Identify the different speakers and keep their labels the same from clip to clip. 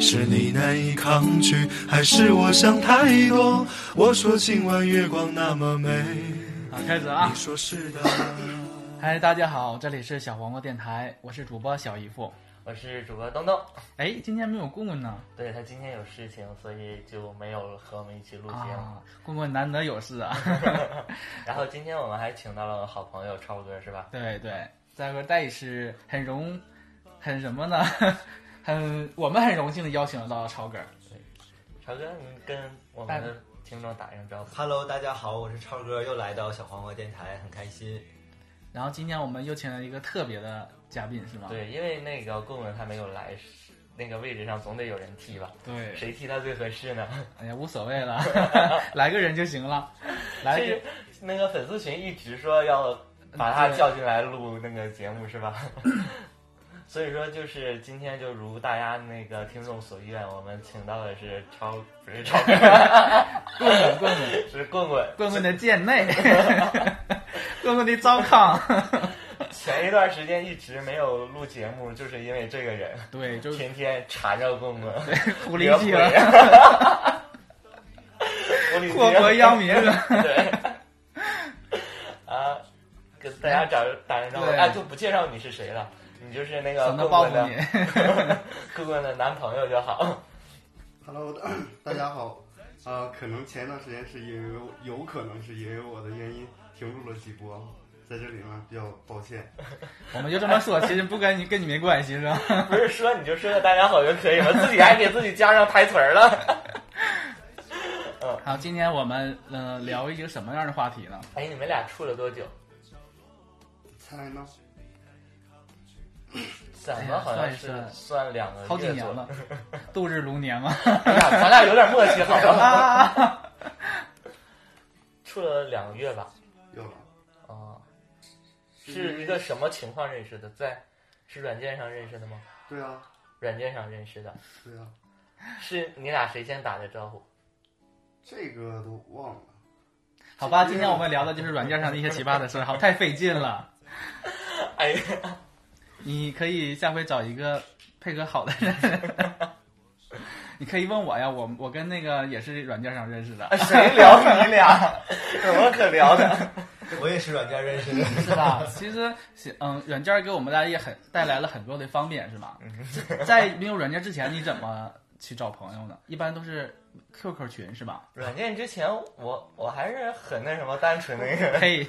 Speaker 1: 是你难以抗拒，还是我想太多？我说今晚月光那么美，
Speaker 2: 好，开始啊
Speaker 1: 你！说是的。
Speaker 2: 嗨，大家好，这里是小黄瓜电台，我是主播小姨夫。
Speaker 3: 我是主播东东，
Speaker 2: 哎，今天没有棍棍呢
Speaker 3: 对他今天有事情，所以就没有和我们一起录节目。
Speaker 2: 啊，棍棍难得有事啊。
Speaker 3: 然后今天我们还请到了好朋友超哥，是吧？
Speaker 2: 对对，在和戴师很荣，很什么呢？ 很，我们很荣幸的邀请到超哥。
Speaker 3: 超哥，你跟我们的听众打声招呼。
Speaker 4: Hello，大家好，我是超哥，又来到小黄瓜电台，很开心。
Speaker 2: 然后今天我们又请了一个特别的嘉宾，是吗？
Speaker 3: 对，因为那个棍棍他没有来，那个位置上总得有人替吧？
Speaker 2: 对，
Speaker 3: 谁替他最合适呢？
Speaker 2: 哎呀，无所谓 了，来个人就行了。来
Speaker 3: 这
Speaker 2: 个
Speaker 3: 是那个粉丝群一直说要把他
Speaker 2: 对
Speaker 3: 叫进来录那个节目，是吧？ 所以说，就是今天就如大家那个听众所愿，我们请到的是超不是超哥，
Speaker 2: 棍棍棍棍
Speaker 3: 是棍棍。
Speaker 2: 棍棍的贱 内， 棍棍的糟糠。
Speaker 3: 前一段时间一直没有录节目，就是因为这个人
Speaker 2: 对，就
Speaker 3: 天天缠着棍棍，
Speaker 2: 狐狸精，
Speaker 3: 狐狸精
Speaker 2: 啊 祸国殃民了。
Speaker 3: 对啊，给大家找打声招呼，
Speaker 2: 对
Speaker 3: 哎，就不介绍你是谁了，你就是那个
Speaker 2: 省得
Speaker 3: 棍
Speaker 2: 报
Speaker 3: 棍
Speaker 2: 复
Speaker 3: 的
Speaker 2: 你。
Speaker 3: 棍棍的男朋友就好。
Speaker 5: Hello，大 家好。呃，可能前一段时间是因为我，有可能是因为我的原因停录了几波，在这里呢比较抱歉。
Speaker 2: 我们就这么说，其实不跟你跟你没关系，是吧？
Speaker 3: 不是说你就说个大家好就可以了，自己还给自己加上台词儿了。
Speaker 2: 好，今天我们嗯、呃聊一个什么样的话题呢？
Speaker 3: 哎，你们俩处了多久？
Speaker 5: 猜呢？
Speaker 3: 怎么好像是
Speaker 2: 哎呀算一算
Speaker 3: 算两个月
Speaker 2: 好几年
Speaker 3: 左右
Speaker 2: 了，度日如年啊！
Speaker 3: 哎呀，咱俩有点默契，好 吧？
Speaker 2: 啊
Speaker 3: 处了两个月吧。
Speaker 5: 有了，
Speaker 3: 哦，是一个什么情况认识的？在是软件上认识的吗？
Speaker 5: 对啊，
Speaker 3: 软件上认识的，
Speaker 5: 对啊，
Speaker 3: 是你俩谁先打的招呼？
Speaker 5: 这个都忘了。
Speaker 2: 好吧，今天我们聊的就是软件上的一些奇葩的事儿，好，太费劲了。
Speaker 3: 哎呀，
Speaker 2: 你可以下回找一个配合好的人。 你可以问我呀，我我跟那个也是软件上认识的，
Speaker 3: 哎 谁聊你 俩？有什么可聊的？
Speaker 4: 我也是软件认识的，
Speaker 2: 是吧？其实，嗯，软件给我们大家也很带来了很多的方便，是吧？ 在没有软件之前，你怎么去找朋友呢？一般都是 QQ 群，是 吧？
Speaker 3: 软件之前我我还是很那什么单纯的一个人，
Speaker 2: 嘿，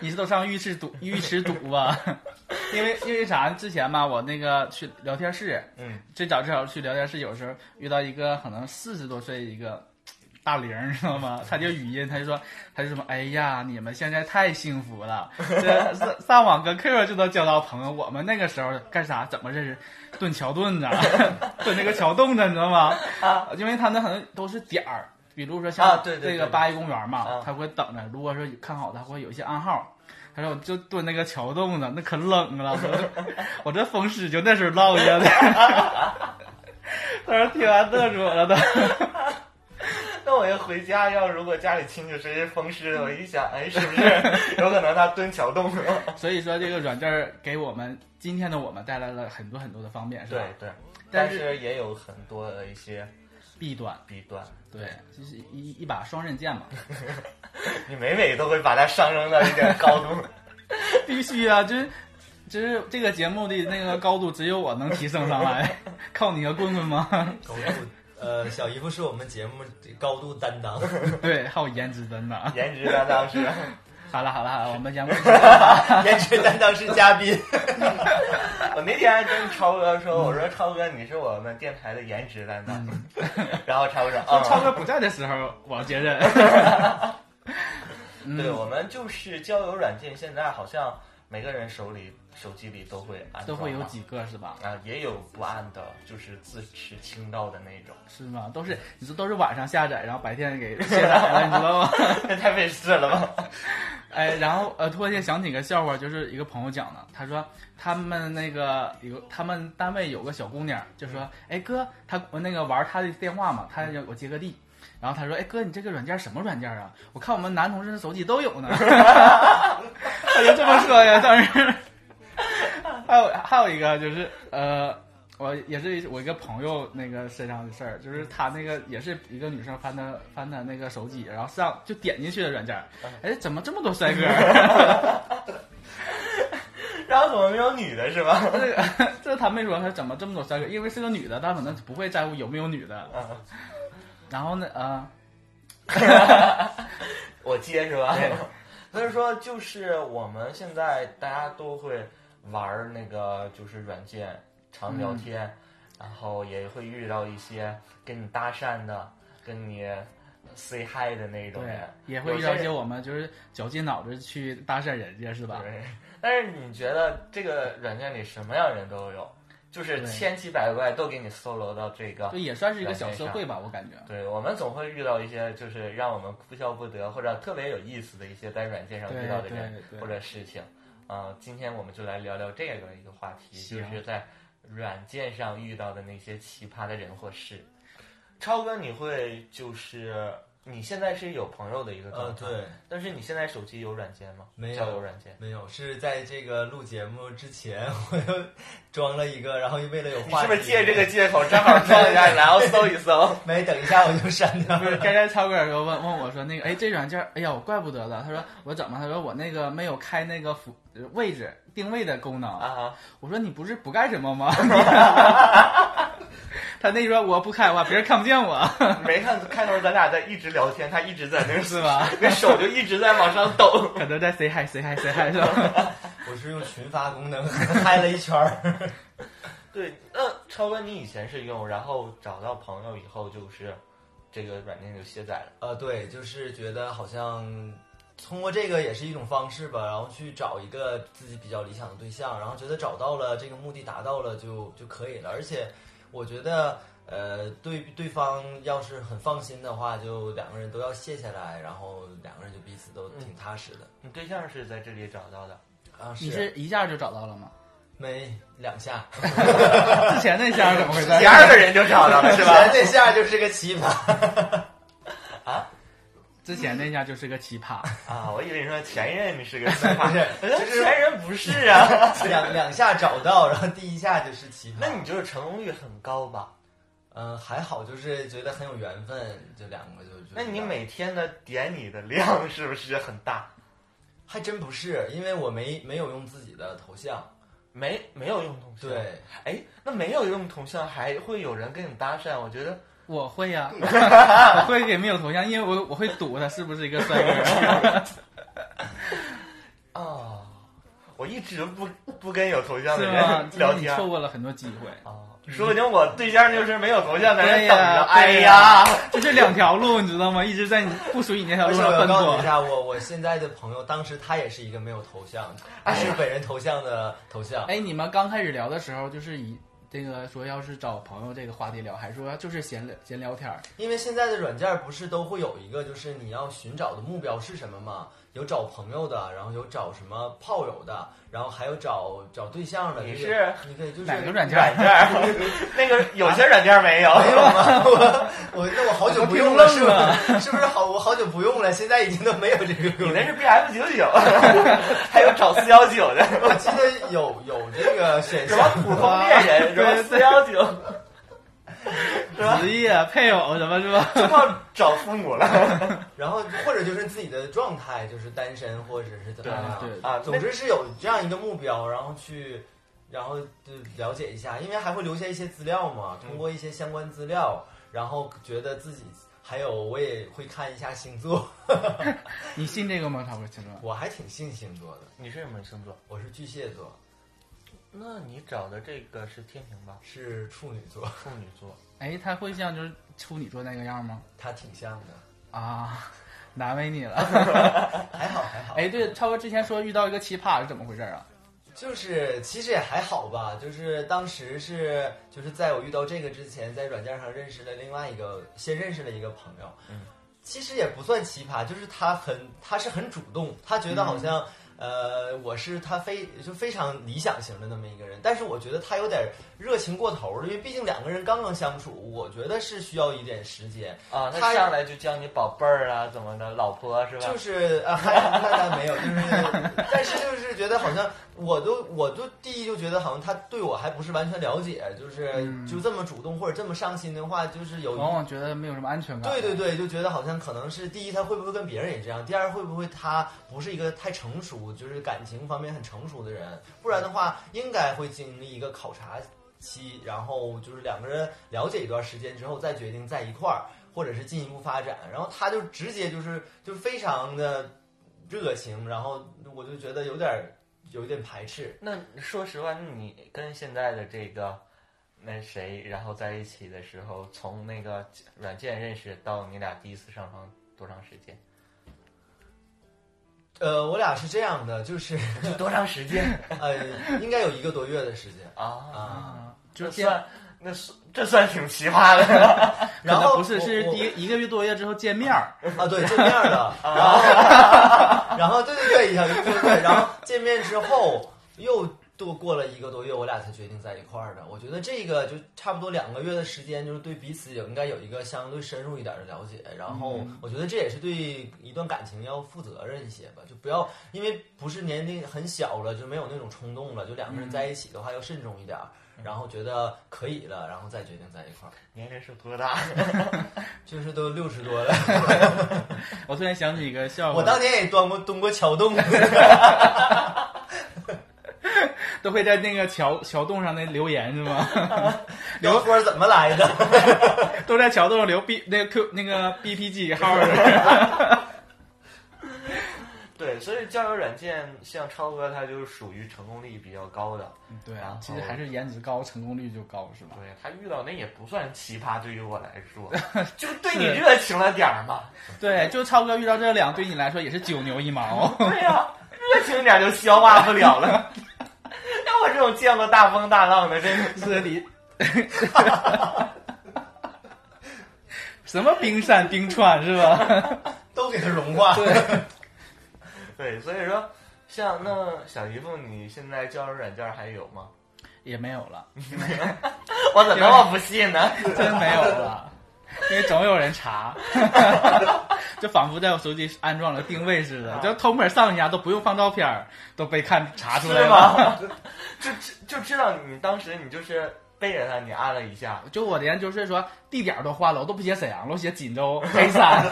Speaker 2: 你是都上浴室堵浴池堵吧？ 因为因为啥？之前嘛，我那个去聊天室，
Speaker 3: 嗯，
Speaker 2: 最早最早去聊天室，有时候遇到一个可能四十多岁一个大龄儿，你 知道吗？他就语音，他就说，他就说，哎呀，你们现在太幸福了， 这上上网跟 QQ 就能交到朋友，我们那个时候干啥？怎么认识？蹲桥墩子， 蹲那个桥洞子，你知道吗？
Speaker 3: 啊，
Speaker 2: 因为他们可能都是点儿，比如说
Speaker 3: 啊
Speaker 2: 像
Speaker 3: 对对
Speaker 2: 这个
Speaker 3: 对
Speaker 2: 八一公园嘛，
Speaker 3: 啊
Speaker 2: 他会等着。如果说看好，他会有一些暗号。他说：“我就蹲那个桥洞子，那可冷了，我 这我这风湿就那时候落下的。” 他说：“听完乐住了都。
Speaker 3: 那我一回家，要如果家里亲戚谁是风湿的，我一想，哎，是不是 有可能他蹲桥洞了？”
Speaker 2: 所以说，这个软件儿给我们今天的我们带来了很多很多的方便，是吧
Speaker 3: 对？对，
Speaker 2: 但
Speaker 3: 但
Speaker 2: 是
Speaker 3: 是也有很多的一些
Speaker 2: 弊端，
Speaker 3: 弊端，
Speaker 2: 对，就是一一把双刃剑嘛，
Speaker 3: 你每每都会把它上升到一点高度。
Speaker 2: 必须啊，就是。就是这 个节目的那个高度，只有我能提升上来，靠你个棍棍吗？
Speaker 4: 高度呃，小姨夫是我们节目高度担当，
Speaker 2: 对，还有颜值担当。
Speaker 3: 颜值担当是吧，
Speaker 2: 好了好了好了，我们讲
Speaker 4: 颜值担当是嘉宾。
Speaker 3: 我那天还跟超哥说，我说超哥你是我们电台的颜值担当， 然后超 哥说，啊、
Speaker 2: 嗯超哦哥不在的时候，我接任。嗯
Speaker 3: 对，我们就是交友软件，现在好像每个人手里手机里都会安 装嘛
Speaker 2: 都会有几个是吧？
Speaker 3: 啊，也有不按的，就是自持清道的那种，
Speaker 2: 是吗？都是你说都是晚上下载，然后白天给卸载了，你知道吗？
Speaker 3: 那太费事了吧？
Speaker 2: 哎，然后呃，突然间想起个笑话，就是一个朋友讲的，他说他们那个有他们单位有个小姑娘，就说哎哥，他那个玩他的电话嘛，他让我接个地。然后他说：“哎哥，你这个软件什么软件啊？我看我们男同事的手机都有呢。” 他就这么说呀。当时还有还有一个就是呃，我也是我一个朋友那个身上的事儿，就是他那个也是一个女生翻他翻他那个手机，然后上就点进去的软件，哎，怎么这么多帅 哥？
Speaker 3: 然后怎么没有女的是吧？
Speaker 2: 这个这他没说，他说怎么这么多帅哥？因为是个女的，他可能不会在乎有没有女的。
Speaker 3: 啊
Speaker 2: 然后呢，呃，
Speaker 3: 我接是吧
Speaker 2: 对？
Speaker 3: 所以说，就是我们现在大家都会玩儿那个就是软件，常聊天，然后也会遇到一些跟你搭讪的，跟你 say hi 的那种
Speaker 2: 对
Speaker 3: 人，，
Speaker 2: 也会遇到一些我们就是绞尽脑汁去搭讪人家，是吧？
Speaker 3: 对， 但是你觉得这个软件里什么样人都有，就是
Speaker 2: 对
Speaker 3: 千奇百怪都给你搜罗到这个
Speaker 2: 就。也算是一个小社会吧，我感觉。
Speaker 3: 对，我们总会遇到一些就是让我们哭笑不得或者特别有意思的一些在软件上
Speaker 2: 对
Speaker 3: 遇到的人
Speaker 2: 对
Speaker 3: 或
Speaker 2: 对，
Speaker 3: 者事情。呃，今天我们就来聊聊这个一个话题，就
Speaker 2: 行
Speaker 3: 是在软件上遇到的那些奇葩的人或事。超哥，你会就是你现在是有朋友的一个
Speaker 4: 呃，
Speaker 3: 状态，
Speaker 4: 对，
Speaker 3: 但是你现在手机有软件吗？
Speaker 4: 没有
Speaker 3: 交友软件。
Speaker 4: 没有，是在这个录节目之前，我又装了一个，然后又为了有
Speaker 3: 你
Speaker 4: 话
Speaker 3: 是
Speaker 4: 题，
Speaker 3: 不是借这个借口正好撞一 下，然后搜一搜？
Speaker 4: 没等一下我就删掉
Speaker 2: 不是
Speaker 4: 了。
Speaker 2: 刚才超哥有个问问我说那个，哎，这软件，哎呀，我怪不得了。他说我怎么？他说我那个没有开那个服呃位置定位的功能。
Speaker 3: 啊，
Speaker 2: 我说你不是不干什么 吗？他那说我不开的话，别人看不见我，
Speaker 3: 没看开头咱俩在一直聊天，他一直在那
Speaker 2: 是
Speaker 3: 个，
Speaker 2: 吧？
Speaker 3: 那手就一直在往上抖。
Speaker 2: 可能在 say hi say hi say hi 是吧？
Speaker 4: 我是用群发功能 嗨了一圈儿。
Speaker 3: 对，那超哥，你以前是用，然后找到朋友以后，就是这个软件就卸载了。
Speaker 4: 呃，对，就是觉得好像通过这个也是一种方式吧，然后去找一个自己比较理想的对象，然后觉得找到了这个目的达到了就就可以了。而且我觉得，呃，对对方要是很放心的话，就两个人都要卸下来，然后两个人就彼此都挺踏实的。
Speaker 3: 你对象是在这里找到的，
Speaker 4: 啊，
Speaker 2: 嗯你是一下就找到了吗？
Speaker 4: 没两下，
Speaker 2: 之前那下是怎么回 事？
Speaker 3: 第二个人就找到了，是吧？
Speaker 4: 这下就是个奇葩。
Speaker 2: 之前那下就是个奇葩，
Speaker 3: 啊，我以为你说前任你是个奇葩，
Speaker 4: 是就是
Speaker 3: 前任不是啊。
Speaker 4: 两两下找到，然后第一下就是奇
Speaker 3: 那
Speaker 4: 葩。
Speaker 3: 你就是成功率很高吧？
Speaker 4: 嗯、还好，就是觉得很有缘分，就两个就。就
Speaker 3: 那你每天的点你的量是不是很大？
Speaker 4: 还真不是，因为我没没有用自己的头像。
Speaker 3: 没没有用同性，
Speaker 4: 对，
Speaker 3: 哎，那没有用头像还会有人跟你搭讪，我觉得
Speaker 2: 我会啊呀、 我会给没有头像，因为我我会赌他是 不是一个帅哥，
Speaker 3: 啊、我一直不不跟有头像的
Speaker 2: 是吗
Speaker 3: 人？
Speaker 2: 就是
Speaker 3: 聊
Speaker 2: 你
Speaker 3: 天
Speaker 2: 错过了很多机会，
Speaker 3: 啊，说不定我对象就是没有头像在那
Speaker 2: 对
Speaker 3: 等
Speaker 2: 呀
Speaker 3: 着，哎
Speaker 2: 对呀
Speaker 3: 呀，
Speaker 2: 这是两条路，你知道吗？一直在你不属于你那条
Speaker 4: 而
Speaker 2: 路
Speaker 4: 且我
Speaker 2: 上
Speaker 4: 要
Speaker 2: 奔
Speaker 4: 告诉你
Speaker 2: 波
Speaker 4: 一。下，我我现在的朋友，当时他也是一个没有头像，他是本人头像的头像。
Speaker 2: 哎，你们刚开始聊的时候，就是以这个说要是找朋友这个话题聊，还说就是闲聊闲聊天儿，
Speaker 4: 因为现在的软件不是都会有一个，就是你要寻找的目标是什么嘛？有找朋友的，然后有找什么炮友的，然后还有找找对象的。
Speaker 3: 你
Speaker 4: 这
Speaker 3: 是
Speaker 4: 个你可以就是
Speaker 2: 哪个软件儿？
Speaker 3: 软件儿， 那个有些软件儿没有，
Speaker 4: 没有吗？我我那我好久不用了，是吧？是不是好我好久不用了？现在已经都没有这个
Speaker 3: 你
Speaker 4: 功
Speaker 3: 那
Speaker 4: 能。
Speaker 3: 是 B F 九 九，还有找四幺九的，
Speaker 4: 我记得有有这个选
Speaker 3: 什
Speaker 4: 项
Speaker 3: 么，普通恋人，什么四幺九，是吧？
Speaker 2: 职 业、配偶什么是吧？
Speaker 3: 就靠找父母了
Speaker 4: 然后或者就是自己的状态，就是单身或者是怎么样。
Speaker 2: 对对
Speaker 3: 啊！
Speaker 4: 总之是有这样一个目标，然后去，然后就了解一下，因为还会留下一些资料嘛，通过一些相关资料，然后觉得自己还有我也会看一下星座，
Speaker 2: 你信这个吗？超哥，秦总，
Speaker 4: 我还挺信星座的，
Speaker 3: 你是什么星座？
Speaker 4: 我是巨蟹座，
Speaker 3: 那你找的这个是天平吧？
Speaker 4: 是处女座，
Speaker 3: 处女座。
Speaker 2: 哎，他会像就是处女座那个样吗？
Speaker 4: 他挺像的，
Speaker 2: 啊，难为你了。
Speaker 4: 还好还好。
Speaker 2: 哎，对，超哥之前说遇到一个奇葩是怎么回事啊？
Speaker 4: 就是其实也还好吧，就是当时是就是在我遇到这个之前，在软件上认识了另外一个，先认识了一个朋友，
Speaker 3: 嗯，
Speaker 4: 其实也不算奇葩，就是他很他是很主动，他觉得好像、呃我是他非就非常理想型的那么一个人，但是我觉得他有点热情过头了，因为毕竟两个人刚刚相处，我觉得是需要一点时间，
Speaker 3: 啊，
Speaker 4: 他
Speaker 3: 他上来就叫你宝贝儿啊，怎么的，老婆是吧？
Speaker 4: 就是 啊，还那那没有，就是，但是就是觉得好像我都我就第一就觉得好像他对我还不是完全了解，就是、
Speaker 2: 嗯
Speaker 4: 就这么主动或者这么上心的话，就是有一
Speaker 2: 往往觉得没有什么安全感。
Speaker 4: 对对对，就觉得好像可能是第一，他会不会跟别人也这样？第二，会不会他不是一个太成熟，就是感情方面很成熟的人？不然的话，应该会经历一个考察期，然后就是两个人了解一段时间之后，再决定在一块儿，或者是进一步发展。然后他就直接就是就非常的热情，然后我就觉得有点儿有一点排斥。
Speaker 3: 那说实话，那你跟现在的这个那谁，然后在一起的时候，从那个软件认识到你俩第一次上床多长时间？
Speaker 4: 呃，我俩是这样的，就是
Speaker 3: 就多长时间
Speaker 4: 呃，应该有一个多月的时间
Speaker 3: 啊？
Speaker 4: 啊。
Speaker 2: 啊，就
Speaker 3: 这
Speaker 2: 见，
Speaker 3: 算那算这算挺奇葩的。
Speaker 2: 可能
Speaker 4: 然后
Speaker 2: 不是
Speaker 4: 我
Speaker 2: 是
Speaker 4: 我
Speaker 2: 第一一个月多月之后见面儿，
Speaker 4: 啊，对，见面了，然后，然后对对对，一下对对对，然后见面之后又度过了一个多月，我俩才决定在一块儿的。我觉得这个就差不多两个月的时间，就是对彼此有应该有一个相对深入一点的了解。然后我觉得这也是对一段感情要负责任一些吧，就不要因为不是年龄很小了，就没有那种冲动了。就两个人在一起的话，要慎重一点儿。然后觉得可以了，然后再决定在一块儿，
Speaker 3: 年龄是多大？
Speaker 4: 就是都六十多了，
Speaker 2: 我突然想起一个笑话，
Speaker 4: 我当年也端过蹲过桥洞。
Speaker 2: 都会在那个桥桥洞上那留言是吗？
Speaker 4: 刘波怎么来的？
Speaker 2: 都在桥洞上留 B 那个 Q 那个 BPG 号儿，
Speaker 3: 对，所以交友软件像超哥他就是属于成功率比较高的，
Speaker 2: 对啊
Speaker 3: 然后
Speaker 2: 其实还是颜值高，成功率就高是吧？
Speaker 3: 对他遇到那也不算奇葩，对于我来 说，就对你热情了点儿嘛。
Speaker 2: 对，就超哥遇到这两，对你来说也是九牛一 毛。
Speaker 3: 对呀、 热情点就消化不了了。 像我这种见过大风大浪的，真的
Speaker 2: 是你， 什么冰山冰川是吧？
Speaker 4: 都给它融化。对，
Speaker 3: 对，所以说，像那小姨夫，你现在交友软件还有吗？啊
Speaker 2: 也没有了，
Speaker 3: 我怎么那么不信 呢？
Speaker 2: 真没有 了，因为总有人查， 就仿佛在我手机安装了定位似的，就偷摸上你家都不用放照片儿，都被看查出来了。
Speaker 3: 是吗？ 就知就知道你当时你就是背着他，你按了一下，
Speaker 2: 就我连就是说地点儿都换了，我都不写沈阳了，我写锦州黑山，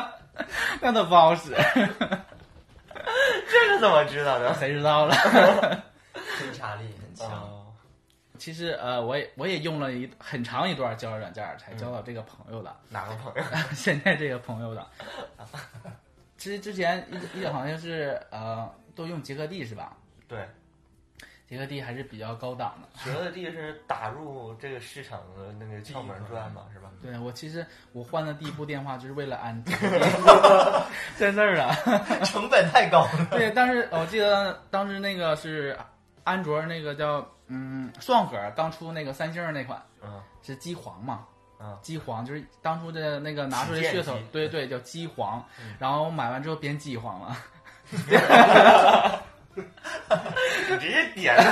Speaker 2: 那都不好使，
Speaker 3: 这是怎么知道的？
Speaker 2: 谁知道了？
Speaker 4: 观察力很 强。
Speaker 3: 哦，
Speaker 2: 其实呃，我也我也用了一很长一段交友软件儿才交到这个朋友的。
Speaker 3: 哪个朋友？
Speaker 2: 现在这个朋友的。其实之前一直一直好像是呃，都用杰克地是吧？
Speaker 3: 对，
Speaker 2: 杰克地还是比较高档的。
Speaker 3: 学的地是打入这个市场的那个窍门砖嘛，是吧？
Speaker 2: 对我其实我换的第一部电话就是为了安 杰克地，真事儿啊。
Speaker 4: 成本太 高 了。
Speaker 2: 对，但是我记得当时那个是安卓那个叫嗯双核儿刚出那个三星儿那款
Speaker 3: 嗯，
Speaker 2: 是机皇嘛。
Speaker 3: 嗯
Speaker 2: 机皇就是当初的那个拿出来的噱头
Speaker 3: 旗舰机，
Speaker 2: 对对，叫啊机皇
Speaker 3: 嗯。
Speaker 2: 然后买完之后变机皇了，
Speaker 3: 你直接点了。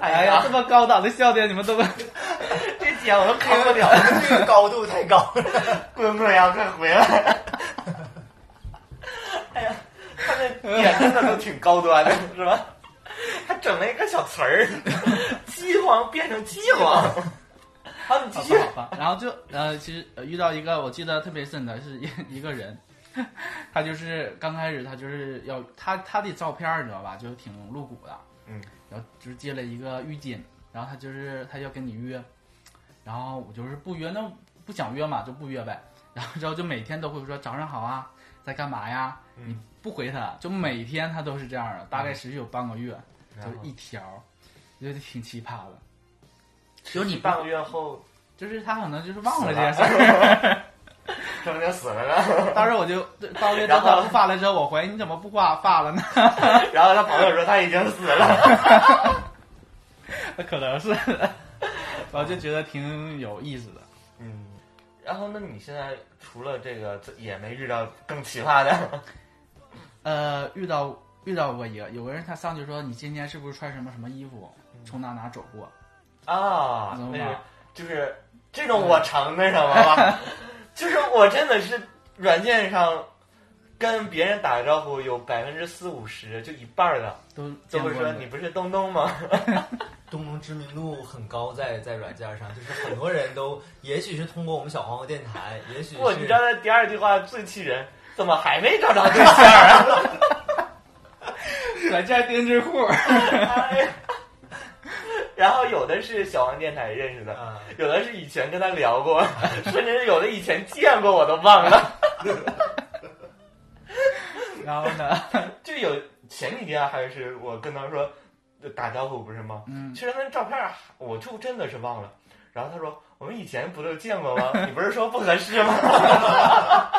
Speaker 3: 哎
Speaker 2: 哎呀，
Speaker 3: 呀
Speaker 2: 这，么高档的笑点，你们都不
Speaker 3: 这姐我都扛不了。
Speaker 4: 这个高度太高了，
Speaker 3: 棍棍呀，快回来！哎呀， 哎他那点真的都挺高端 的，是吧？还整了一个小词 儿，饥荒变成饥荒。好，你继续。
Speaker 2: 啊吧。 然后就呃，其实呃遇到一个我记得特别深的是一 一个人，他就是刚开始他就是要他他的照片儿你知道吧，就是挺露骨的，
Speaker 3: 嗯，
Speaker 2: 然后就是借了一个浴巾，然后他就是他要跟你约，然后我就是不约，那不想约嘛就不约呗。 然后之后就每天都会说早上好啊，在干嘛呀？你不回他，就每天他都是这样的，大概持续有半个月，
Speaker 3: 然
Speaker 2: 就
Speaker 3: 后
Speaker 2: 是一条，我觉得挺奇葩的。就是你
Speaker 3: 半个月后
Speaker 2: 就是他可能就是忘了这件事 儿，
Speaker 3: 正经死了 呢，
Speaker 2: 当时我就到月
Speaker 3: 然
Speaker 2: 当
Speaker 3: 后
Speaker 2: 他不发了之后，我怀疑你怎么不发发了呢？
Speaker 3: 然后他朋友说他已经死了，
Speaker 2: 可能是，
Speaker 3: 啊
Speaker 2: 我就觉得挺有意思的。
Speaker 3: 嗯，然后那你现在除了这个也没遇到更奇葩的，
Speaker 2: 呃，遇到遇到过一个，有个人他上去说你今天是不是穿什么什么衣服
Speaker 3: 嗯
Speaker 2: 从哪哪走过？
Speaker 3: 啊
Speaker 2: 你，
Speaker 3: 那
Speaker 2: 知道
Speaker 3: 个
Speaker 2: 吗
Speaker 3: 就是这种我成那什么了，就是我真的是软件上跟别人打招呼有百分之四五十就一半儿的
Speaker 2: 都
Speaker 3: 都
Speaker 2: 见过
Speaker 3: 会说
Speaker 2: 的
Speaker 3: 你不是东东吗？
Speaker 4: 东东知名度很高在，在软件上，就是很多人都，也许是通过我们小黄瓜电台，也许
Speaker 3: 不，你
Speaker 4: 是
Speaker 3: 知道那第二句话最气人，怎么还没找着对象 啊？
Speaker 2: 软件定制户，
Speaker 3: 哎呀然后有的是小王电台认识的，
Speaker 4: 啊，
Speaker 3: 有的是以前跟他聊过，甚至是有的以前见过我都忘了。
Speaker 2: 然后呢，
Speaker 3: 就有前几天啊还是我跟他说呃打招呼不是吗？
Speaker 2: 嗯，
Speaker 3: 其实那照片儿啊我就真的是忘了。然后他说我们以前不都见过吗？ 你不是说不合适吗？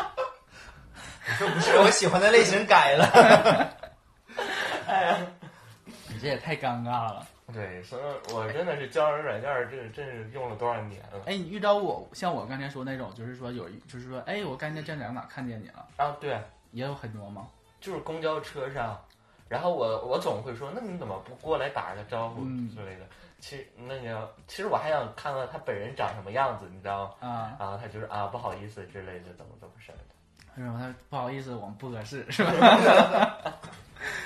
Speaker 4: 你说不是我喜欢的类型改了，
Speaker 3: 哎呀。
Speaker 2: 你这也太尴尬了。
Speaker 3: 对，所以我真的是交友软件儿，这个真是用了多少年了
Speaker 2: 哎，你遇到我像我刚才说那种，就是说有一，就是说，哎，我刚才在哪哪看见你了，
Speaker 3: 啊？对，
Speaker 2: 也有很多吗？
Speaker 3: 就是公交车上，然后我我总会说，那你怎么不过来打个招呼
Speaker 2: 嗯
Speaker 3: 之类的？其实那个，其实我还想看看他本人长什么样子，你知道吗？
Speaker 2: 啊，
Speaker 3: 然后他就是啊，不好意思之类的，怎么怎么事儿的。
Speaker 2: 为什么他不好意思，我们不合适，是吧？
Speaker 4: 啊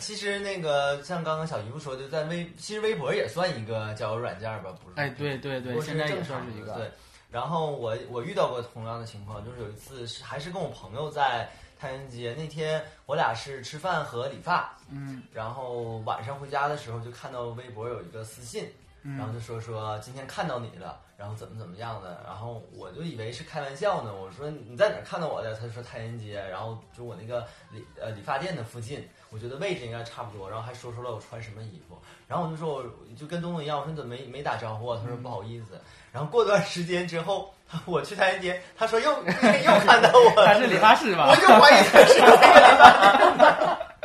Speaker 4: 其实那个像刚刚小姨夫说，就在微，其实微博也算一个交友软件吧，不是？
Speaker 2: 哎，对对
Speaker 4: 不
Speaker 2: 对，
Speaker 4: 是
Speaker 2: 现在也
Speaker 4: 正
Speaker 2: 算
Speaker 4: 常
Speaker 2: 是
Speaker 4: 的
Speaker 2: 一个，
Speaker 4: 对。然后我我遇到过同样的情况，就是有一次是还是跟我朋友在太原街那天，我俩是吃饭和理发，
Speaker 2: 嗯
Speaker 4: 然后晚上回家的时候就看到微博有一个私信，然后
Speaker 2: 嗯
Speaker 4: 就说说今天看到你了，然后怎么怎么样的，然后我就以为是开玩笑呢，我说你在哪儿看到我的？他就说太原街，然后就我那个理呃理发店的附近，我觉得位置应该差不多，然后还说出了我穿什么衣服，然后我就说我就跟东东一样，我说你怎么没没打招呼啊？他说不好意思，然后过段时间之后， 他我去太原街，他说又 又看到我了，
Speaker 2: 他是理发师吧
Speaker 4: 我？就怀疑他是那个理发店。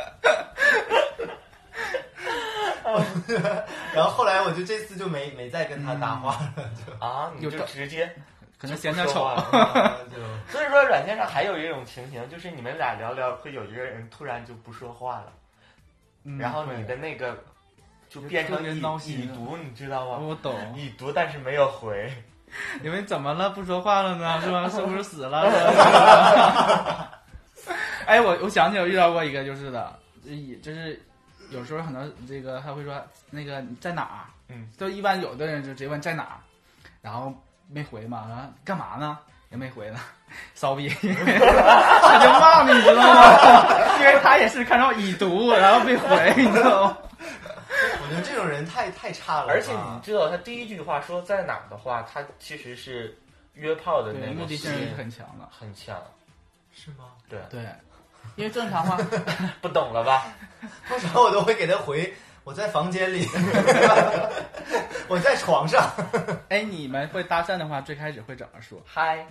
Speaker 4: 然后后来我就这次就没没再跟他搭话了，
Speaker 3: 啊，你
Speaker 2: 有
Speaker 3: 就
Speaker 2: 照
Speaker 3: 直接
Speaker 2: 可能嫌他丑，
Speaker 3: 啊。
Speaker 4: 就
Speaker 3: 所以说，软件上还有一种情形，就是你们俩聊聊，会有一个人突然就不说话了，
Speaker 2: 嗯
Speaker 3: 然后你
Speaker 2: 对
Speaker 3: 的那个就变成
Speaker 2: 特别
Speaker 3: 已
Speaker 2: 闹心哦
Speaker 3: 已读，你知道吗？
Speaker 2: 我懂，
Speaker 3: 已读，但是没有回。
Speaker 2: 你们怎么了？不说话了 呢？是吧？是不是死了？ 是吧哎，我我想起我遇到过一个就是的，也就是有时候可能这个他会说那个你在哪儿？
Speaker 3: 嗯，
Speaker 2: 就一般有的人就直接问在哪儿，然后没回嘛，然后干嘛呢？也没回呢， 骚逼，他就忘了，你知道 吗？因为他也是看到已读，然后没回，你知道吗？
Speaker 4: 我觉得这种人太太差了吧，
Speaker 3: 而且你知道，他第一句话说在哪儿的话，他其实是约炮的
Speaker 2: 对，
Speaker 3: 那
Speaker 2: 目
Speaker 3: 个
Speaker 2: 的性
Speaker 3: 吸
Speaker 2: 是
Speaker 3: 引
Speaker 2: 很强的，
Speaker 3: 很强，
Speaker 4: 是吗？
Speaker 3: 对，
Speaker 2: 对，因为正常话。
Speaker 3: 不懂了吧？
Speaker 4: 通常我都会给他回我在房间里， 我在床上，
Speaker 2: 哎，你们会搭讪的话，最开始会怎么说？
Speaker 3: 嗨，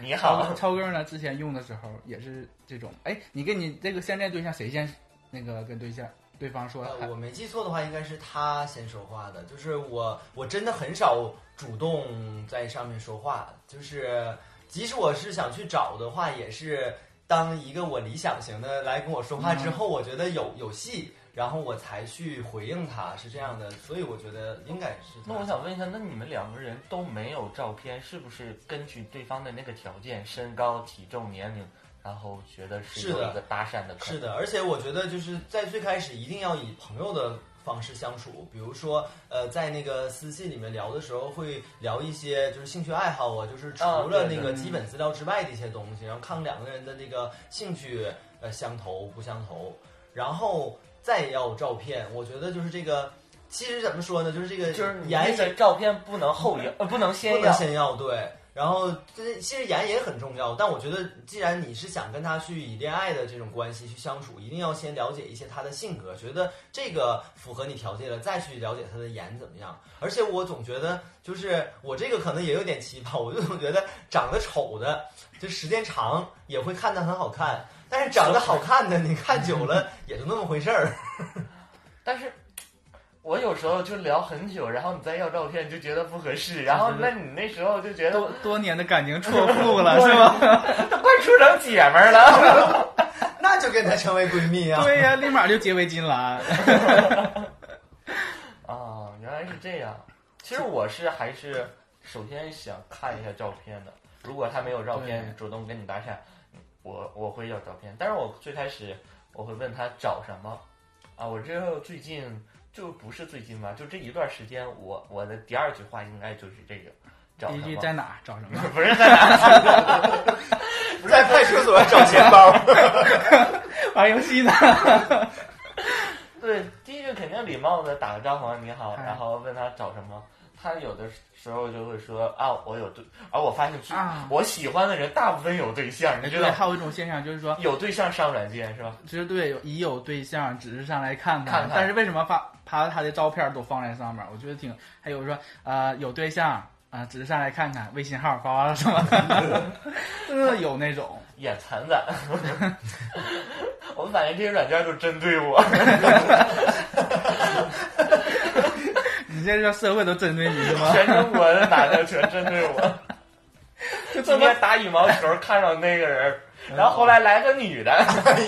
Speaker 3: 你
Speaker 2: 超
Speaker 3: 好，
Speaker 2: 超哥呢？之前用的时候也是这种。哎，你跟你这个现在对象谁先那个跟对象对方说？
Speaker 4: 呃我没记错的话，应该是他先说话的。就是我，我真的很少主动在上面说话，就是即使我是想去找的话，也是当一个我理想型的来跟我说话
Speaker 3: 嗯
Speaker 4: 之后，我觉得有有戏，然后我才去回应他，是这样的。所以我觉得应该是 他
Speaker 3: 那我想问一下，那你们两个人都没有照片，是不是根据对方的那个条件，身高、体重、年龄，然后觉得
Speaker 4: 是
Speaker 3: 是有
Speaker 4: 的
Speaker 3: 一个搭讪的可能？
Speaker 4: 是的，而且我觉得就是在最开始一定要以朋友的方式相处，比如说呃，在那个私信里面聊的时候，会聊一些就是兴趣爱好啊，就是除
Speaker 3: 啊
Speaker 4: 了
Speaker 3: 对
Speaker 4: 那个
Speaker 3: 对
Speaker 4: 基本资料之外的一些东西，然后看两个人的那个兴趣呃相投不相投，然后再要照片，我觉得就是这个。其实怎么说呢，就是这个
Speaker 3: 就是你那
Speaker 4: 颜
Speaker 3: 个照片不能后摇，呃，不能先
Speaker 4: 不能
Speaker 3: 摇。
Speaker 4: 先要对。然后，这其实颜也很重要，但我觉得，既然你是想跟他去以恋爱的这种关系去相处，一定要先了解一些他的性格，觉得这个符合你条件了，再去了解他的颜怎么样。而且我总觉得，就是我这个可能也有点奇葩，我就总觉得长得丑的，就时间长也会看着很好看，但是长得好看的，你看久了 也就那么回事儿。
Speaker 3: 但是，我有时候就聊很久，然后你再要照片就觉得不合适，然后那你那时候就觉得
Speaker 2: 多多年的感情错付 了，是吧？
Speaker 3: 都快处成姐们儿了。
Speaker 4: 那就跟她成为闺蜜啊。
Speaker 2: 对呀、立马就结为金兰。
Speaker 3: 啊，原来是这样。其实我是还是首先想看一下照片的，如果他没有照片主动跟你搭讪，我我会要照片。但是我最开始我会问他找什么啊？我这最近就不是最近吧，就这一段时间我，我的第二句话应该就是这个找
Speaker 2: 第
Speaker 3: 什
Speaker 2: 一句
Speaker 3: 么？
Speaker 2: 在哪儿找什么？
Speaker 3: 不是在哪儿？
Speaker 4: 在派出所找钱包。
Speaker 2: 玩游戏呢？
Speaker 3: 对，第一个肯定礼貌的打个招呼，你好，
Speaker 2: 哎
Speaker 3: 然后问他找什么。他有的时候就会说啊，我有对，而我发现最、
Speaker 2: 啊
Speaker 3: 我喜欢的人大部分有对象，你知道
Speaker 2: 对，
Speaker 3: 吗？
Speaker 2: 还有一种现象就是说，
Speaker 3: 有对象上软件是吧？
Speaker 2: 其实对已有对象只是上来看
Speaker 3: 看看
Speaker 2: 但是为什么发把他的照片都放在上面？我觉得挺还有说呃有对象啊、只是上来看看微信号发完了什么的，真 的 有那种。
Speaker 3: 眼 残攒，我们反正这些软件都针对我。
Speaker 2: 你现在说社会都针对你是吗？
Speaker 3: 全中国的男的全针对 我。就今天打羽毛球看上那个人，
Speaker 2: 嗯
Speaker 3: 然后后来来个女的，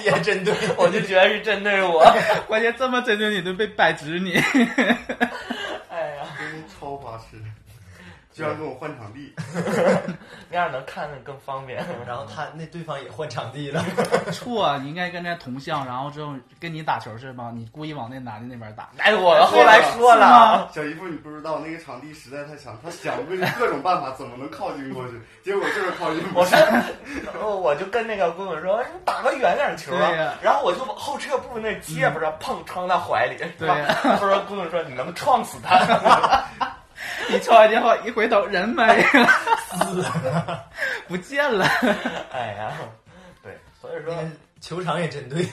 Speaker 4: 也针对我。
Speaker 3: 我就觉得是针对我。
Speaker 2: 关键这么针对你都被掰直 你。
Speaker 3: 哎呀，
Speaker 5: 真是超花痴，居然跟我换场地，
Speaker 3: 那样能看的更方便。
Speaker 2: 嗯
Speaker 4: 然后他那对方也换场地了，
Speaker 2: 错，你应该跟他同向，然后之后跟你打球是吗？你故意往那男的那边打，
Speaker 3: 哎，我后来说
Speaker 2: 是吗
Speaker 3: 了，啊
Speaker 5: 小姨夫，你不知道那个场地实在太小，他想尽各种办法怎么能靠近过去，结果就是靠近不
Speaker 3: 我
Speaker 5: 去。
Speaker 3: 说，然后我就跟那个棍棍说，你打个远点球
Speaker 2: 对呀
Speaker 3: 啊。然后我就往后撤步那接不着，碰撞他怀里。
Speaker 2: 对呀
Speaker 3: 他说棍棍说你能撞死他。
Speaker 2: 你抽完之后一回头人 没了，不见了。
Speaker 3: 哎呀，对，所以说。
Speaker 4: 球场也针对。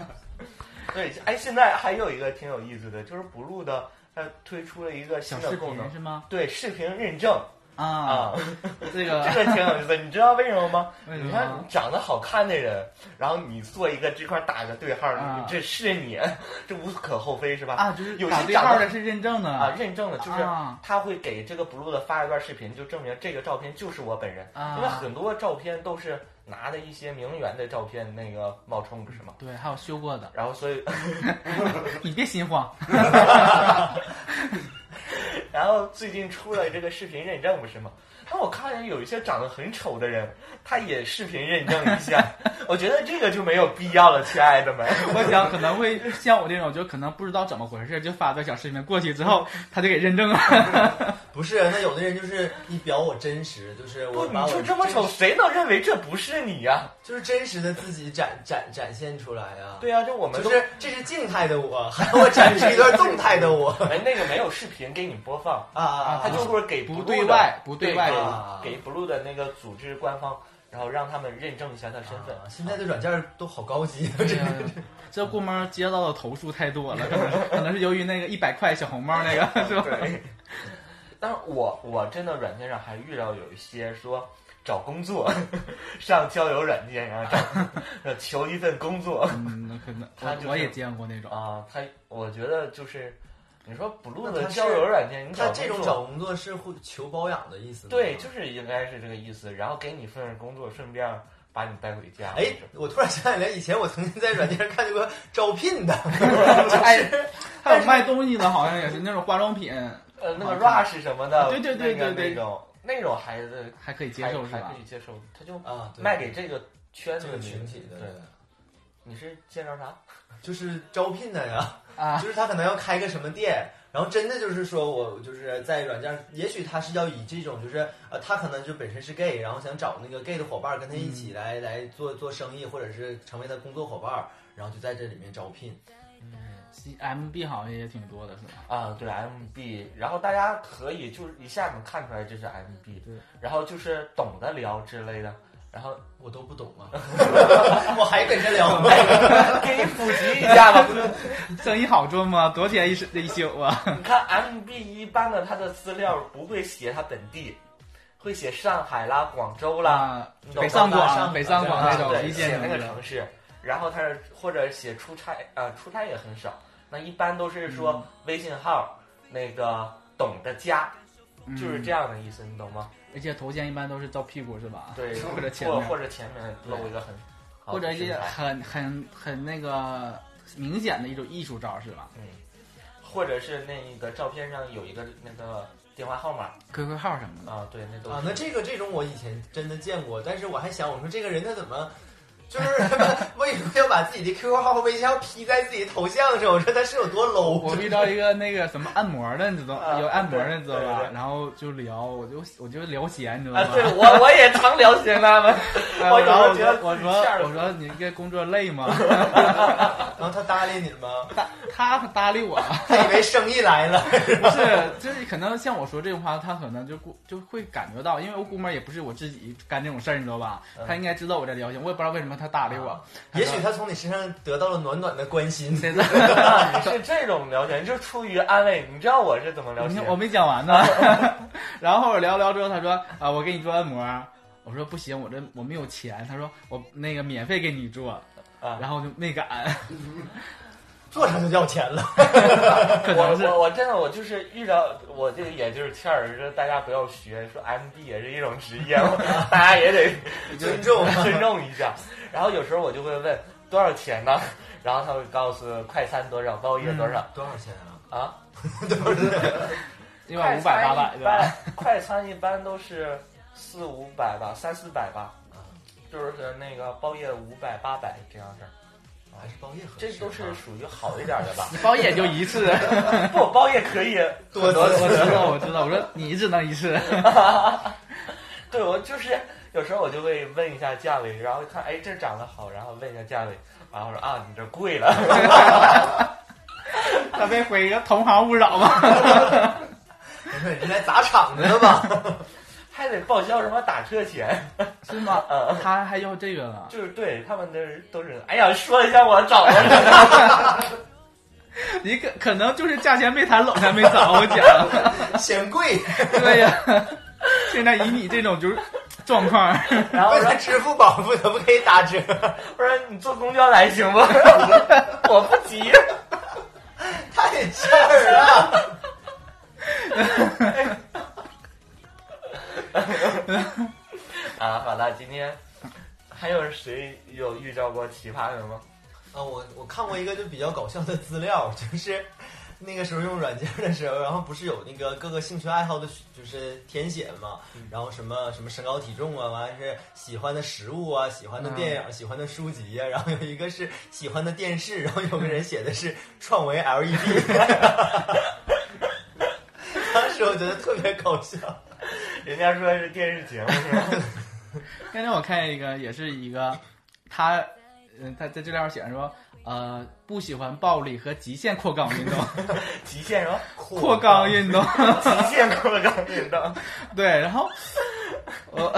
Speaker 3: 对，哎，现在还有一个挺有意思的，就是 Blue 的，它推出了一 个
Speaker 2: 小
Speaker 3: 新的
Speaker 2: 视
Speaker 3: 功能
Speaker 2: 频，是吗？
Speaker 3: 对，视频认证
Speaker 2: 啊，
Speaker 3: 啊，
Speaker 2: 这
Speaker 3: 这
Speaker 2: 个
Speaker 3: 个挺有意思。你 知道为什么吗？
Speaker 2: 为什么
Speaker 3: 你看你长得好看的人，然后你做一个这块打个对号，
Speaker 2: 啊
Speaker 3: 你这是你，这无可厚非是吧？
Speaker 2: 啊，就是
Speaker 3: 有
Speaker 2: 打
Speaker 3: 些
Speaker 2: 对
Speaker 3: 长
Speaker 2: 号
Speaker 3: 得
Speaker 2: 的是认证的
Speaker 3: 啊，认证的就是
Speaker 2: 啊
Speaker 3: 他会给这个 Blue 的发一段视频，就证明这个照片就是我本人，
Speaker 2: 啊
Speaker 3: 因为很多照片都是拿的一些名媛的照片那个冒充不是吗？
Speaker 2: 对，还有修过的，
Speaker 3: 然后所以
Speaker 2: 你别心 慌。
Speaker 3: 然后最近出了这个视频认证，不是吗？但我看见有一些长得很丑的人，他也视频认证一下，我觉得这个就没有必要了，亲爱的们。
Speaker 2: 我想可能会像我这种，就可能不知道怎么回事，就发段小视频过去之后，他就给认证了。
Speaker 4: 不是，那有的人就是你表我真实，就是
Speaker 3: 不，
Speaker 4: 我
Speaker 3: 你
Speaker 4: 把我
Speaker 3: 就这么丑，
Speaker 4: 真，
Speaker 3: 谁能认为这不是你啊呀、
Speaker 4: 就是真实的自己展展展现出来啊。，
Speaker 3: 对呀、这我们
Speaker 4: 就
Speaker 3: 都、
Speaker 4: 是这是静态的我， 还有我展示一段动态的我
Speaker 3: 哎，那个没有视频给你播放，
Speaker 4: 啊啊
Speaker 3: 他就会给
Speaker 2: 不
Speaker 3: blue
Speaker 2: 对
Speaker 3: 的
Speaker 2: 外不对
Speaker 3: 对
Speaker 2: 外
Speaker 3: 给
Speaker 4: 啊
Speaker 3: 给 blue 的那个组织官方，然后让他们认证一下他身份。
Speaker 4: 啊！现在的软件都好高级，啊
Speaker 2: 对呀
Speaker 3: 啊
Speaker 2: 这顾猫接到的投诉太多了，可能是可能是由于那个一百块小红帽那个是吧？
Speaker 3: 对，但是我我真的软件上还遇到有一些说找工作，上交友软件然后找呃求一份工作
Speaker 2: 嗯，那可能
Speaker 3: 他就是
Speaker 2: 我我也见过那种，
Speaker 3: 啊，他我觉得就是你说 blue
Speaker 4: 那
Speaker 3: 的
Speaker 4: 他是
Speaker 3: 交友软件，你
Speaker 4: 他
Speaker 3: 找
Speaker 4: 这种
Speaker 3: 工
Speaker 4: 找
Speaker 3: 作
Speaker 4: 工作是会求包养的意思吗。
Speaker 3: 对，就是应该是这个意思，然后给你份工作，顺便把你带回家。
Speaker 4: 哎，我突然想起来，以前我曾经在软件上看见过招 聘的，
Speaker 2: 哎，还有卖东西的，好像也是那种化妆品，
Speaker 3: 呃那个
Speaker 2: 好看
Speaker 3: rush 什么的，
Speaker 2: 对对对
Speaker 3: 那个
Speaker 2: 对对
Speaker 3: 那种那种孩子
Speaker 2: 还可以接
Speaker 3: 还
Speaker 2: 受是
Speaker 3: 还
Speaker 2: 吧
Speaker 3: 可？以接受，他就
Speaker 4: 啊，对
Speaker 3: 卖给这个圈子
Speaker 4: 这
Speaker 3: 的
Speaker 4: 个
Speaker 3: 女
Speaker 4: 群体的，
Speaker 3: 对，你是介绍啥？
Speaker 4: 就是招聘的呀。
Speaker 2: 啊，
Speaker 4: 就是他可能要开个什么店，然后真的就是说我就是在软件，也许他是要以这种就是呃，他可能就本身是 gay，然后想找那个 gay 的伙伴跟他一起来、来做做生意，或者是成为他工作伙伴，然后就在这里面招聘。
Speaker 2: C M B 好像也挺多的，是吧？
Speaker 3: 啊，对 MB，然后大家可以就是一下能看出来这是 MB，
Speaker 2: 对，
Speaker 3: 然后就是懂得聊之类的，然后
Speaker 4: 我都不懂啊，我还跟着聊呢。
Speaker 3: 给你普及一下吧。
Speaker 2: 生意好做吗？多少钱一时一宿啊？
Speaker 3: 你看 MB 一般的他的资料不会写他本地，会写上海啦、广州啦，
Speaker 2: 啊
Speaker 3: 你懂
Speaker 2: 北
Speaker 3: 吗
Speaker 2: 上
Speaker 4: 上
Speaker 2: 广、北上广那
Speaker 3: 啊
Speaker 2: 种
Speaker 3: 对，
Speaker 2: 一线
Speaker 3: 写那个
Speaker 2: 城市
Speaker 3: 城市，然后他是或者写出差啊、出差也很少，那一般都是
Speaker 2: 嗯
Speaker 3: 说微信号、那个懂得加，就是这
Speaker 2: 样。
Speaker 3: 样的意思，你懂吗？
Speaker 2: 嗯而且头像一般都是照屁股是吧？
Speaker 3: 对，
Speaker 2: 或者前
Speaker 3: 或
Speaker 2: 面
Speaker 3: 或者前面露一个很好
Speaker 2: 或者
Speaker 3: 的
Speaker 2: 一些
Speaker 3: 身材
Speaker 2: 很很很那个明显的一种艺术照是吧
Speaker 3: 嗯，或者是那个照片上有一个那个电话号码
Speaker 2: ？QQ 号什么的，
Speaker 3: 啊，对，那都
Speaker 4: 啊，
Speaker 3: 是
Speaker 4: 那这个这种我以前真的见过，但是我还想，我说这个人他怎么，就是 为什么要把自己的 QQ 号和微信号 P 在自己头像上？我说他是有多 low？
Speaker 2: 我遇到一个那个什么按摩的，你知道
Speaker 3: 啊
Speaker 2: 有按摩的，你知道
Speaker 3: 对对
Speaker 2: 吧？
Speaker 3: 对
Speaker 2: 然后就聊，我就我就聊闲，你知道
Speaker 3: 啊，
Speaker 2: 吗？
Speaker 3: 对我我也常啊聊闲他们，
Speaker 2: 哎
Speaker 3: 我有时
Speaker 2: 然后
Speaker 3: 候
Speaker 2: 我
Speaker 3: 觉得
Speaker 2: 说我说
Speaker 3: 自己欠了
Speaker 2: 我说你这工作累吗？
Speaker 4: 然后他搭理你吗？
Speaker 2: 搭他搭理我，
Speaker 4: 他以为生意来了。
Speaker 2: 不是，就是可能像我说这种话，他可能就顾就会感觉到，因为我估摸也不是我自己干这种事儿，你知道吧？
Speaker 3: 嗯
Speaker 2: 他应该知道我在聊天，我也不知道为什么他搭理我。
Speaker 4: 也许他从你身上得到了暖暖的关心。
Speaker 2: 谁知道？
Speaker 3: 啊你是这种聊天，你就出于安慰，你知道我是怎么聊
Speaker 2: 你
Speaker 3: 天
Speaker 2: 看？我没讲完呢。 然后我聊聊之后，他说啊，我给你做按摩。我说不行，我这我没有钱。他说我那个免费给你做，
Speaker 3: 啊
Speaker 2: 然后就没 敢，
Speaker 4: 坐上就要钱了，
Speaker 2: 可
Speaker 3: 我
Speaker 2: 能是
Speaker 3: 我我真的我就是遇到我这个也就是欠儿，就是大家不要学，说 MD 也是一种职业， 大家也得
Speaker 4: 尊重。
Speaker 3: 尊重一下。然后有时候我就会问多少钱呢？然后他会告诉快餐多少，包夜多少、
Speaker 4: 多少钱啊？
Speaker 3: 啊？
Speaker 4: 多少？
Speaker 2: 对嗯吧？五百八百对吧？
Speaker 3: 快餐一般都是四五百吧，三四百吧，
Speaker 2: 嗯
Speaker 3: 就是那个包夜五百八百这样式儿。
Speaker 4: 还是包夜合适
Speaker 3: 这
Speaker 4: 啊？
Speaker 3: 都是属于好一点的 吧？
Speaker 2: 包夜就一次，
Speaker 3: 不包夜可以
Speaker 4: 多
Speaker 2: 我
Speaker 4: 次
Speaker 2: 我知道我知道，我说你只能一次，
Speaker 3: 对我就是有时候我就会问一下价位，然后看哎这长得好，然后问一下价位，然后说啊你这贵了，
Speaker 2: 他被回一个同行勿扰嘛。
Speaker 4: 你说你来砸场子的吧？
Speaker 3: 还得报销什么打车钱，
Speaker 2: 是吗？
Speaker 3: 嗯
Speaker 2: 他还要这个呢？
Speaker 3: 就是对他们的都是哎呀说一下我找 了，
Speaker 2: 你可可能就是价钱没谈拢，才没找我讲。
Speaker 4: 嫌贵，
Speaker 2: 对呀、现在以你这种就是状况，
Speaker 3: 然后
Speaker 4: 问
Speaker 3: 说
Speaker 4: 他支付宝不怎么可以打折？
Speaker 3: 不然你坐公交来行吗？ 我不急，
Speaker 4: 太欠儿了。
Speaker 3: 啊好了，今天还有谁有遇到过奇葩的吗？
Speaker 4: 啊，我我看过一个就比较搞笑的资料，就是那个时候用软件的时候，然后不是有那个各个兴趣爱好的，就是填写嘛，
Speaker 3: 嗯
Speaker 4: 然后什么什么身高体重啊，完了是喜欢的食物啊，喜欢的电影，
Speaker 3: 嗯
Speaker 4: 喜欢的书籍啊呀、然后有一个是喜欢的电视，然后有个人写的是创维 E LED，当时我觉得 特别搞笑，
Speaker 3: 人家说是电视节目是吗？
Speaker 2: 刚才我看一个，也是一个，他，嗯，他在资料上写着说，呃，不喜欢暴力和极限扩肛 运动，
Speaker 3: 极限什么？
Speaker 2: 扩肛运动，
Speaker 3: 极限扩张运动。
Speaker 2: 对，然后我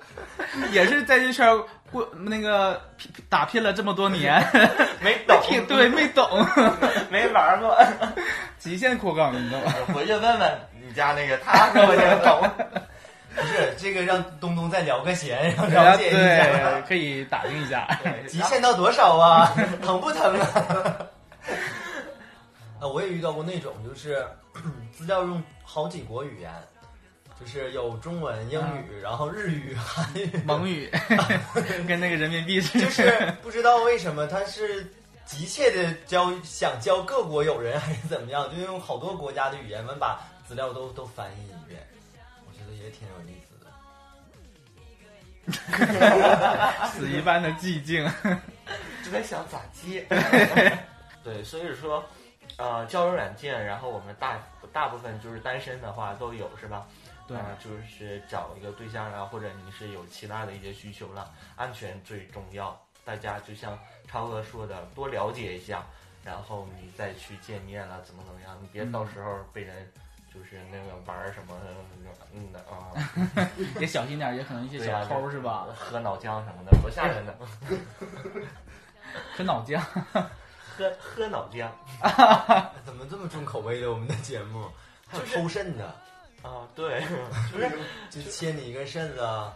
Speaker 2: 也是在这圈儿过那个拼打拼了这么多年，
Speaker 3: 没懂，
Speaker 2: 听对没懂
Speaker 3: 没玩过。
Speaker 2: 极限扩肛运动，
Speaker 3: 回去问问你家那个，他说我这懂。
Speaker 4: 不是这个让东东再聊个闲，然后
Speaker 3: 啊
Speaker 2: 大家
Speaker 4: 了解一下
Speaker 2: 对，可以打听一下。
Speaker 4: 极限到多少啊？ 疼不疼啊？ 啊，我也遇到过那种，就是 资料用好几国语言，就是有中文、英
Speaker 3: 嗯
Speaker 4: 语，然后日语、韩语，
Speaker 2: 蒙 语跟那个人民币似的，
Speaker 4: 就是不知道为什么他是急切的教想教各国友人还是怎么样，就用好多国家的语言，完把资料都都翻译一遍，我觉得也挺有意思的。
Speaker 2: 死一般的寂静。
Speaker 3: 就在想咋 接。对，所以说，呃，交友软件，然后我们大大部分就是单身的话都有是吧？
Speaker 2: 对
Speaker 3: 啊就是找一个对象啊，或者你是有其他的一些需求了，安全最重要。大家就像超哥说的，多了解一下，然后你再去见面了，怎么怎么样？你别到时候被人就是那个玩儿什么，嗯的啊，
Speaker 2: 也小心点儿，也可能一些
Speaker 3: 对
Speaker 2: 小
Speaker 3: 呀
Speaker 2: 偷是吧？
Speaker 3: 喝脑浆什么的，多吓人的，
Speaker 2: 喝脑浆，
Speaker 3: 喝喝脑浆
Speaker 4: 哎怎么这么重口味的我们的节目？还有
Speaker 3: 就是
Speaker 4: 抽肾的，
Speaker 3: 啊，对，
Speaker 4: 就切你一根肾子啊，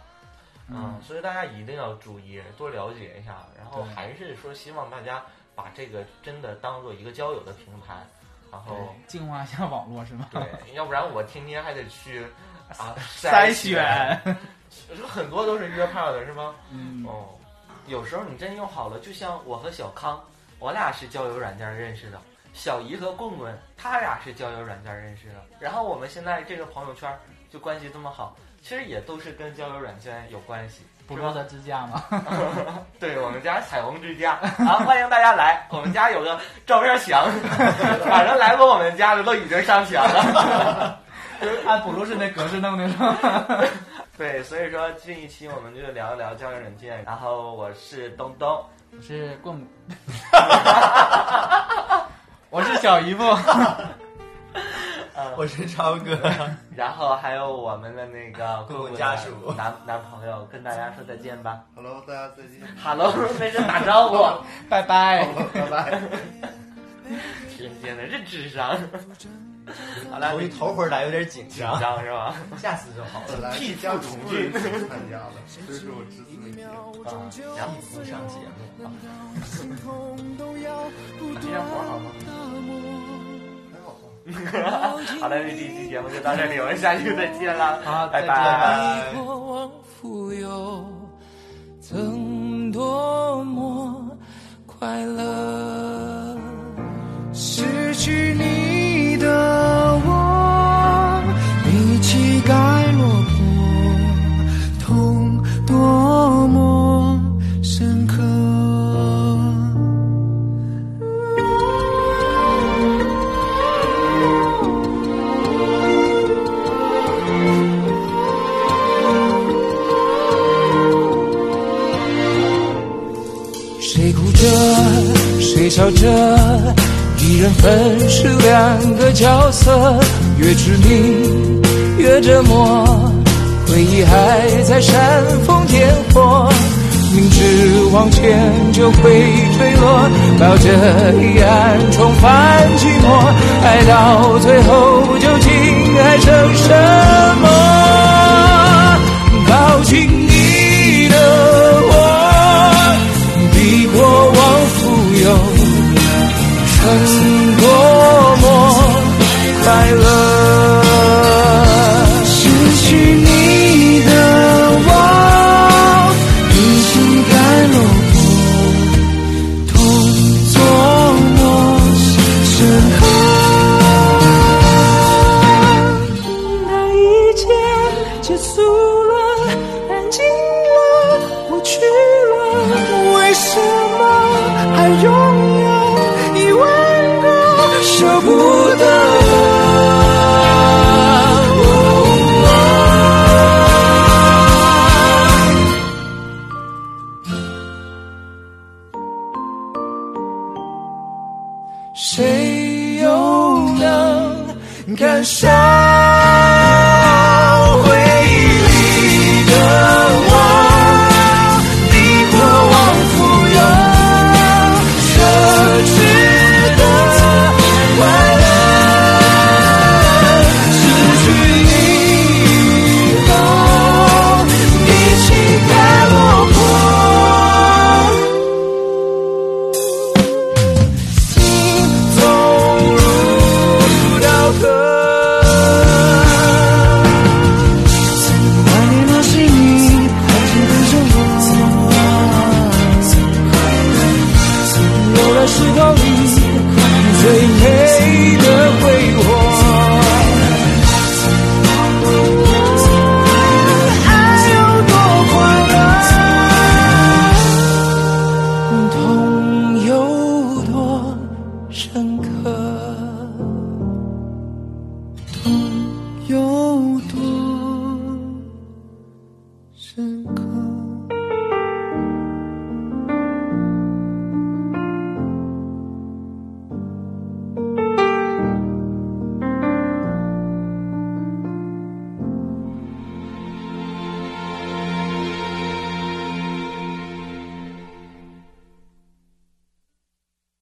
Speaker 3: 嗯，所以大家一定要注意，多了解一下。然后
Speaker 2: 对
Speaker 3: 还是说，希望大家把这个真的当做一个交友的平台，然后
Speaker 2: 对哦净化一下网络是吗？
Speaker 3: 对， 要不然我天天还得去啊
Speaker 2: 筛
Speaker 3: 选，
Speaker 2: 选，
Speaker 3: 就很多都是约炮的是吗？
Speaker 2: 嗯，
Speaker 3: 哦，有时候你真用好了，就像我和小康，我俩是交友软件认识的。小姨和棍棍，他俩是交友软件认识的。然后我们现在这个朋友圈就关系这么好，其实也都是跟交友软件有关系，
Speaker 2: 不
Speaker 3: 是
Speaker 2: 落
Speaker 3: 吧？
Speaker 2: 的支架 吗？
Speaker 3: 对我们家彩虹之家啊，欢迎大家来，我们家有个照片墙， 反正来过我们家的都已经上墙了。
Speaker 2: 按补录是那格式弄的是吗？
Speaker 3: 对，所以说这一期我们就聊一聊交友软件，然后我是东东，
Speaker 2: 我是棍棍， 我是小姨夫，
Speaker 3: 呃
Speaker 4: 我是超 哥，
Speaker 3: 然后还有我们的那个
Speaker 4: 棍棍
Speaker 3: 的
Speaker 4: 家属
Speaker 3: 男男朋友，跟大家说再见吧。
Speaker 6: Hello，大家再见，
Speaker 3: Hello，没人打招呼，
Speaker 2: 拜拜。
Speaker 6: 拜拜。
Speaker 3: 天天的这智商，好了，
Speaker 4: 头一头回来有点紧
Speaker 3: 紧
Speaker 4: 张，
Speaker 3: 张是吧？
Speaker 4: 下次就好了。
Speaker 6: 本来是家重聚参加的，这是我只字没提。
Speaker 3: 啊，
Speaker 4: 然后不上节目啊，
Speaker 3: 这样活好吗？
Speaker 6: 还好吧。
Speaker 3: 好了，那这一期节目就到这里，我们下期再见了，
Speaker 2: 好
Speaker 3: 拜
Speaker 2: 再见
Speaker 3: 拜。
Speaker 1: 疑惑往复游，曾多么快乐。失去你的我，你膝盖落魄，痛多么深刻。谁哭着，谁笑着，一人分饰两个角色，越痴迷越折磨，回忆还在煽风点火，明知往前就会坠落，抱着遗憾重返寂寞，爱到最后究竟还剩什么？靠近你的我，比过往富有，曾多么快乐。失去你的我，比膝盖落魄，痛琢磨深刻。那一切结束了，安静了，过去了，为什么还拥有一万个舍不得？谁又能感受回忆里的我？你过往富有，奢侈的快乐，失去你以后，你膝盖落魄。心走入到河。怀念那是你，还是跟着我？走到石头里，最美的挥霍。爱有多快乐，痛有多深刻。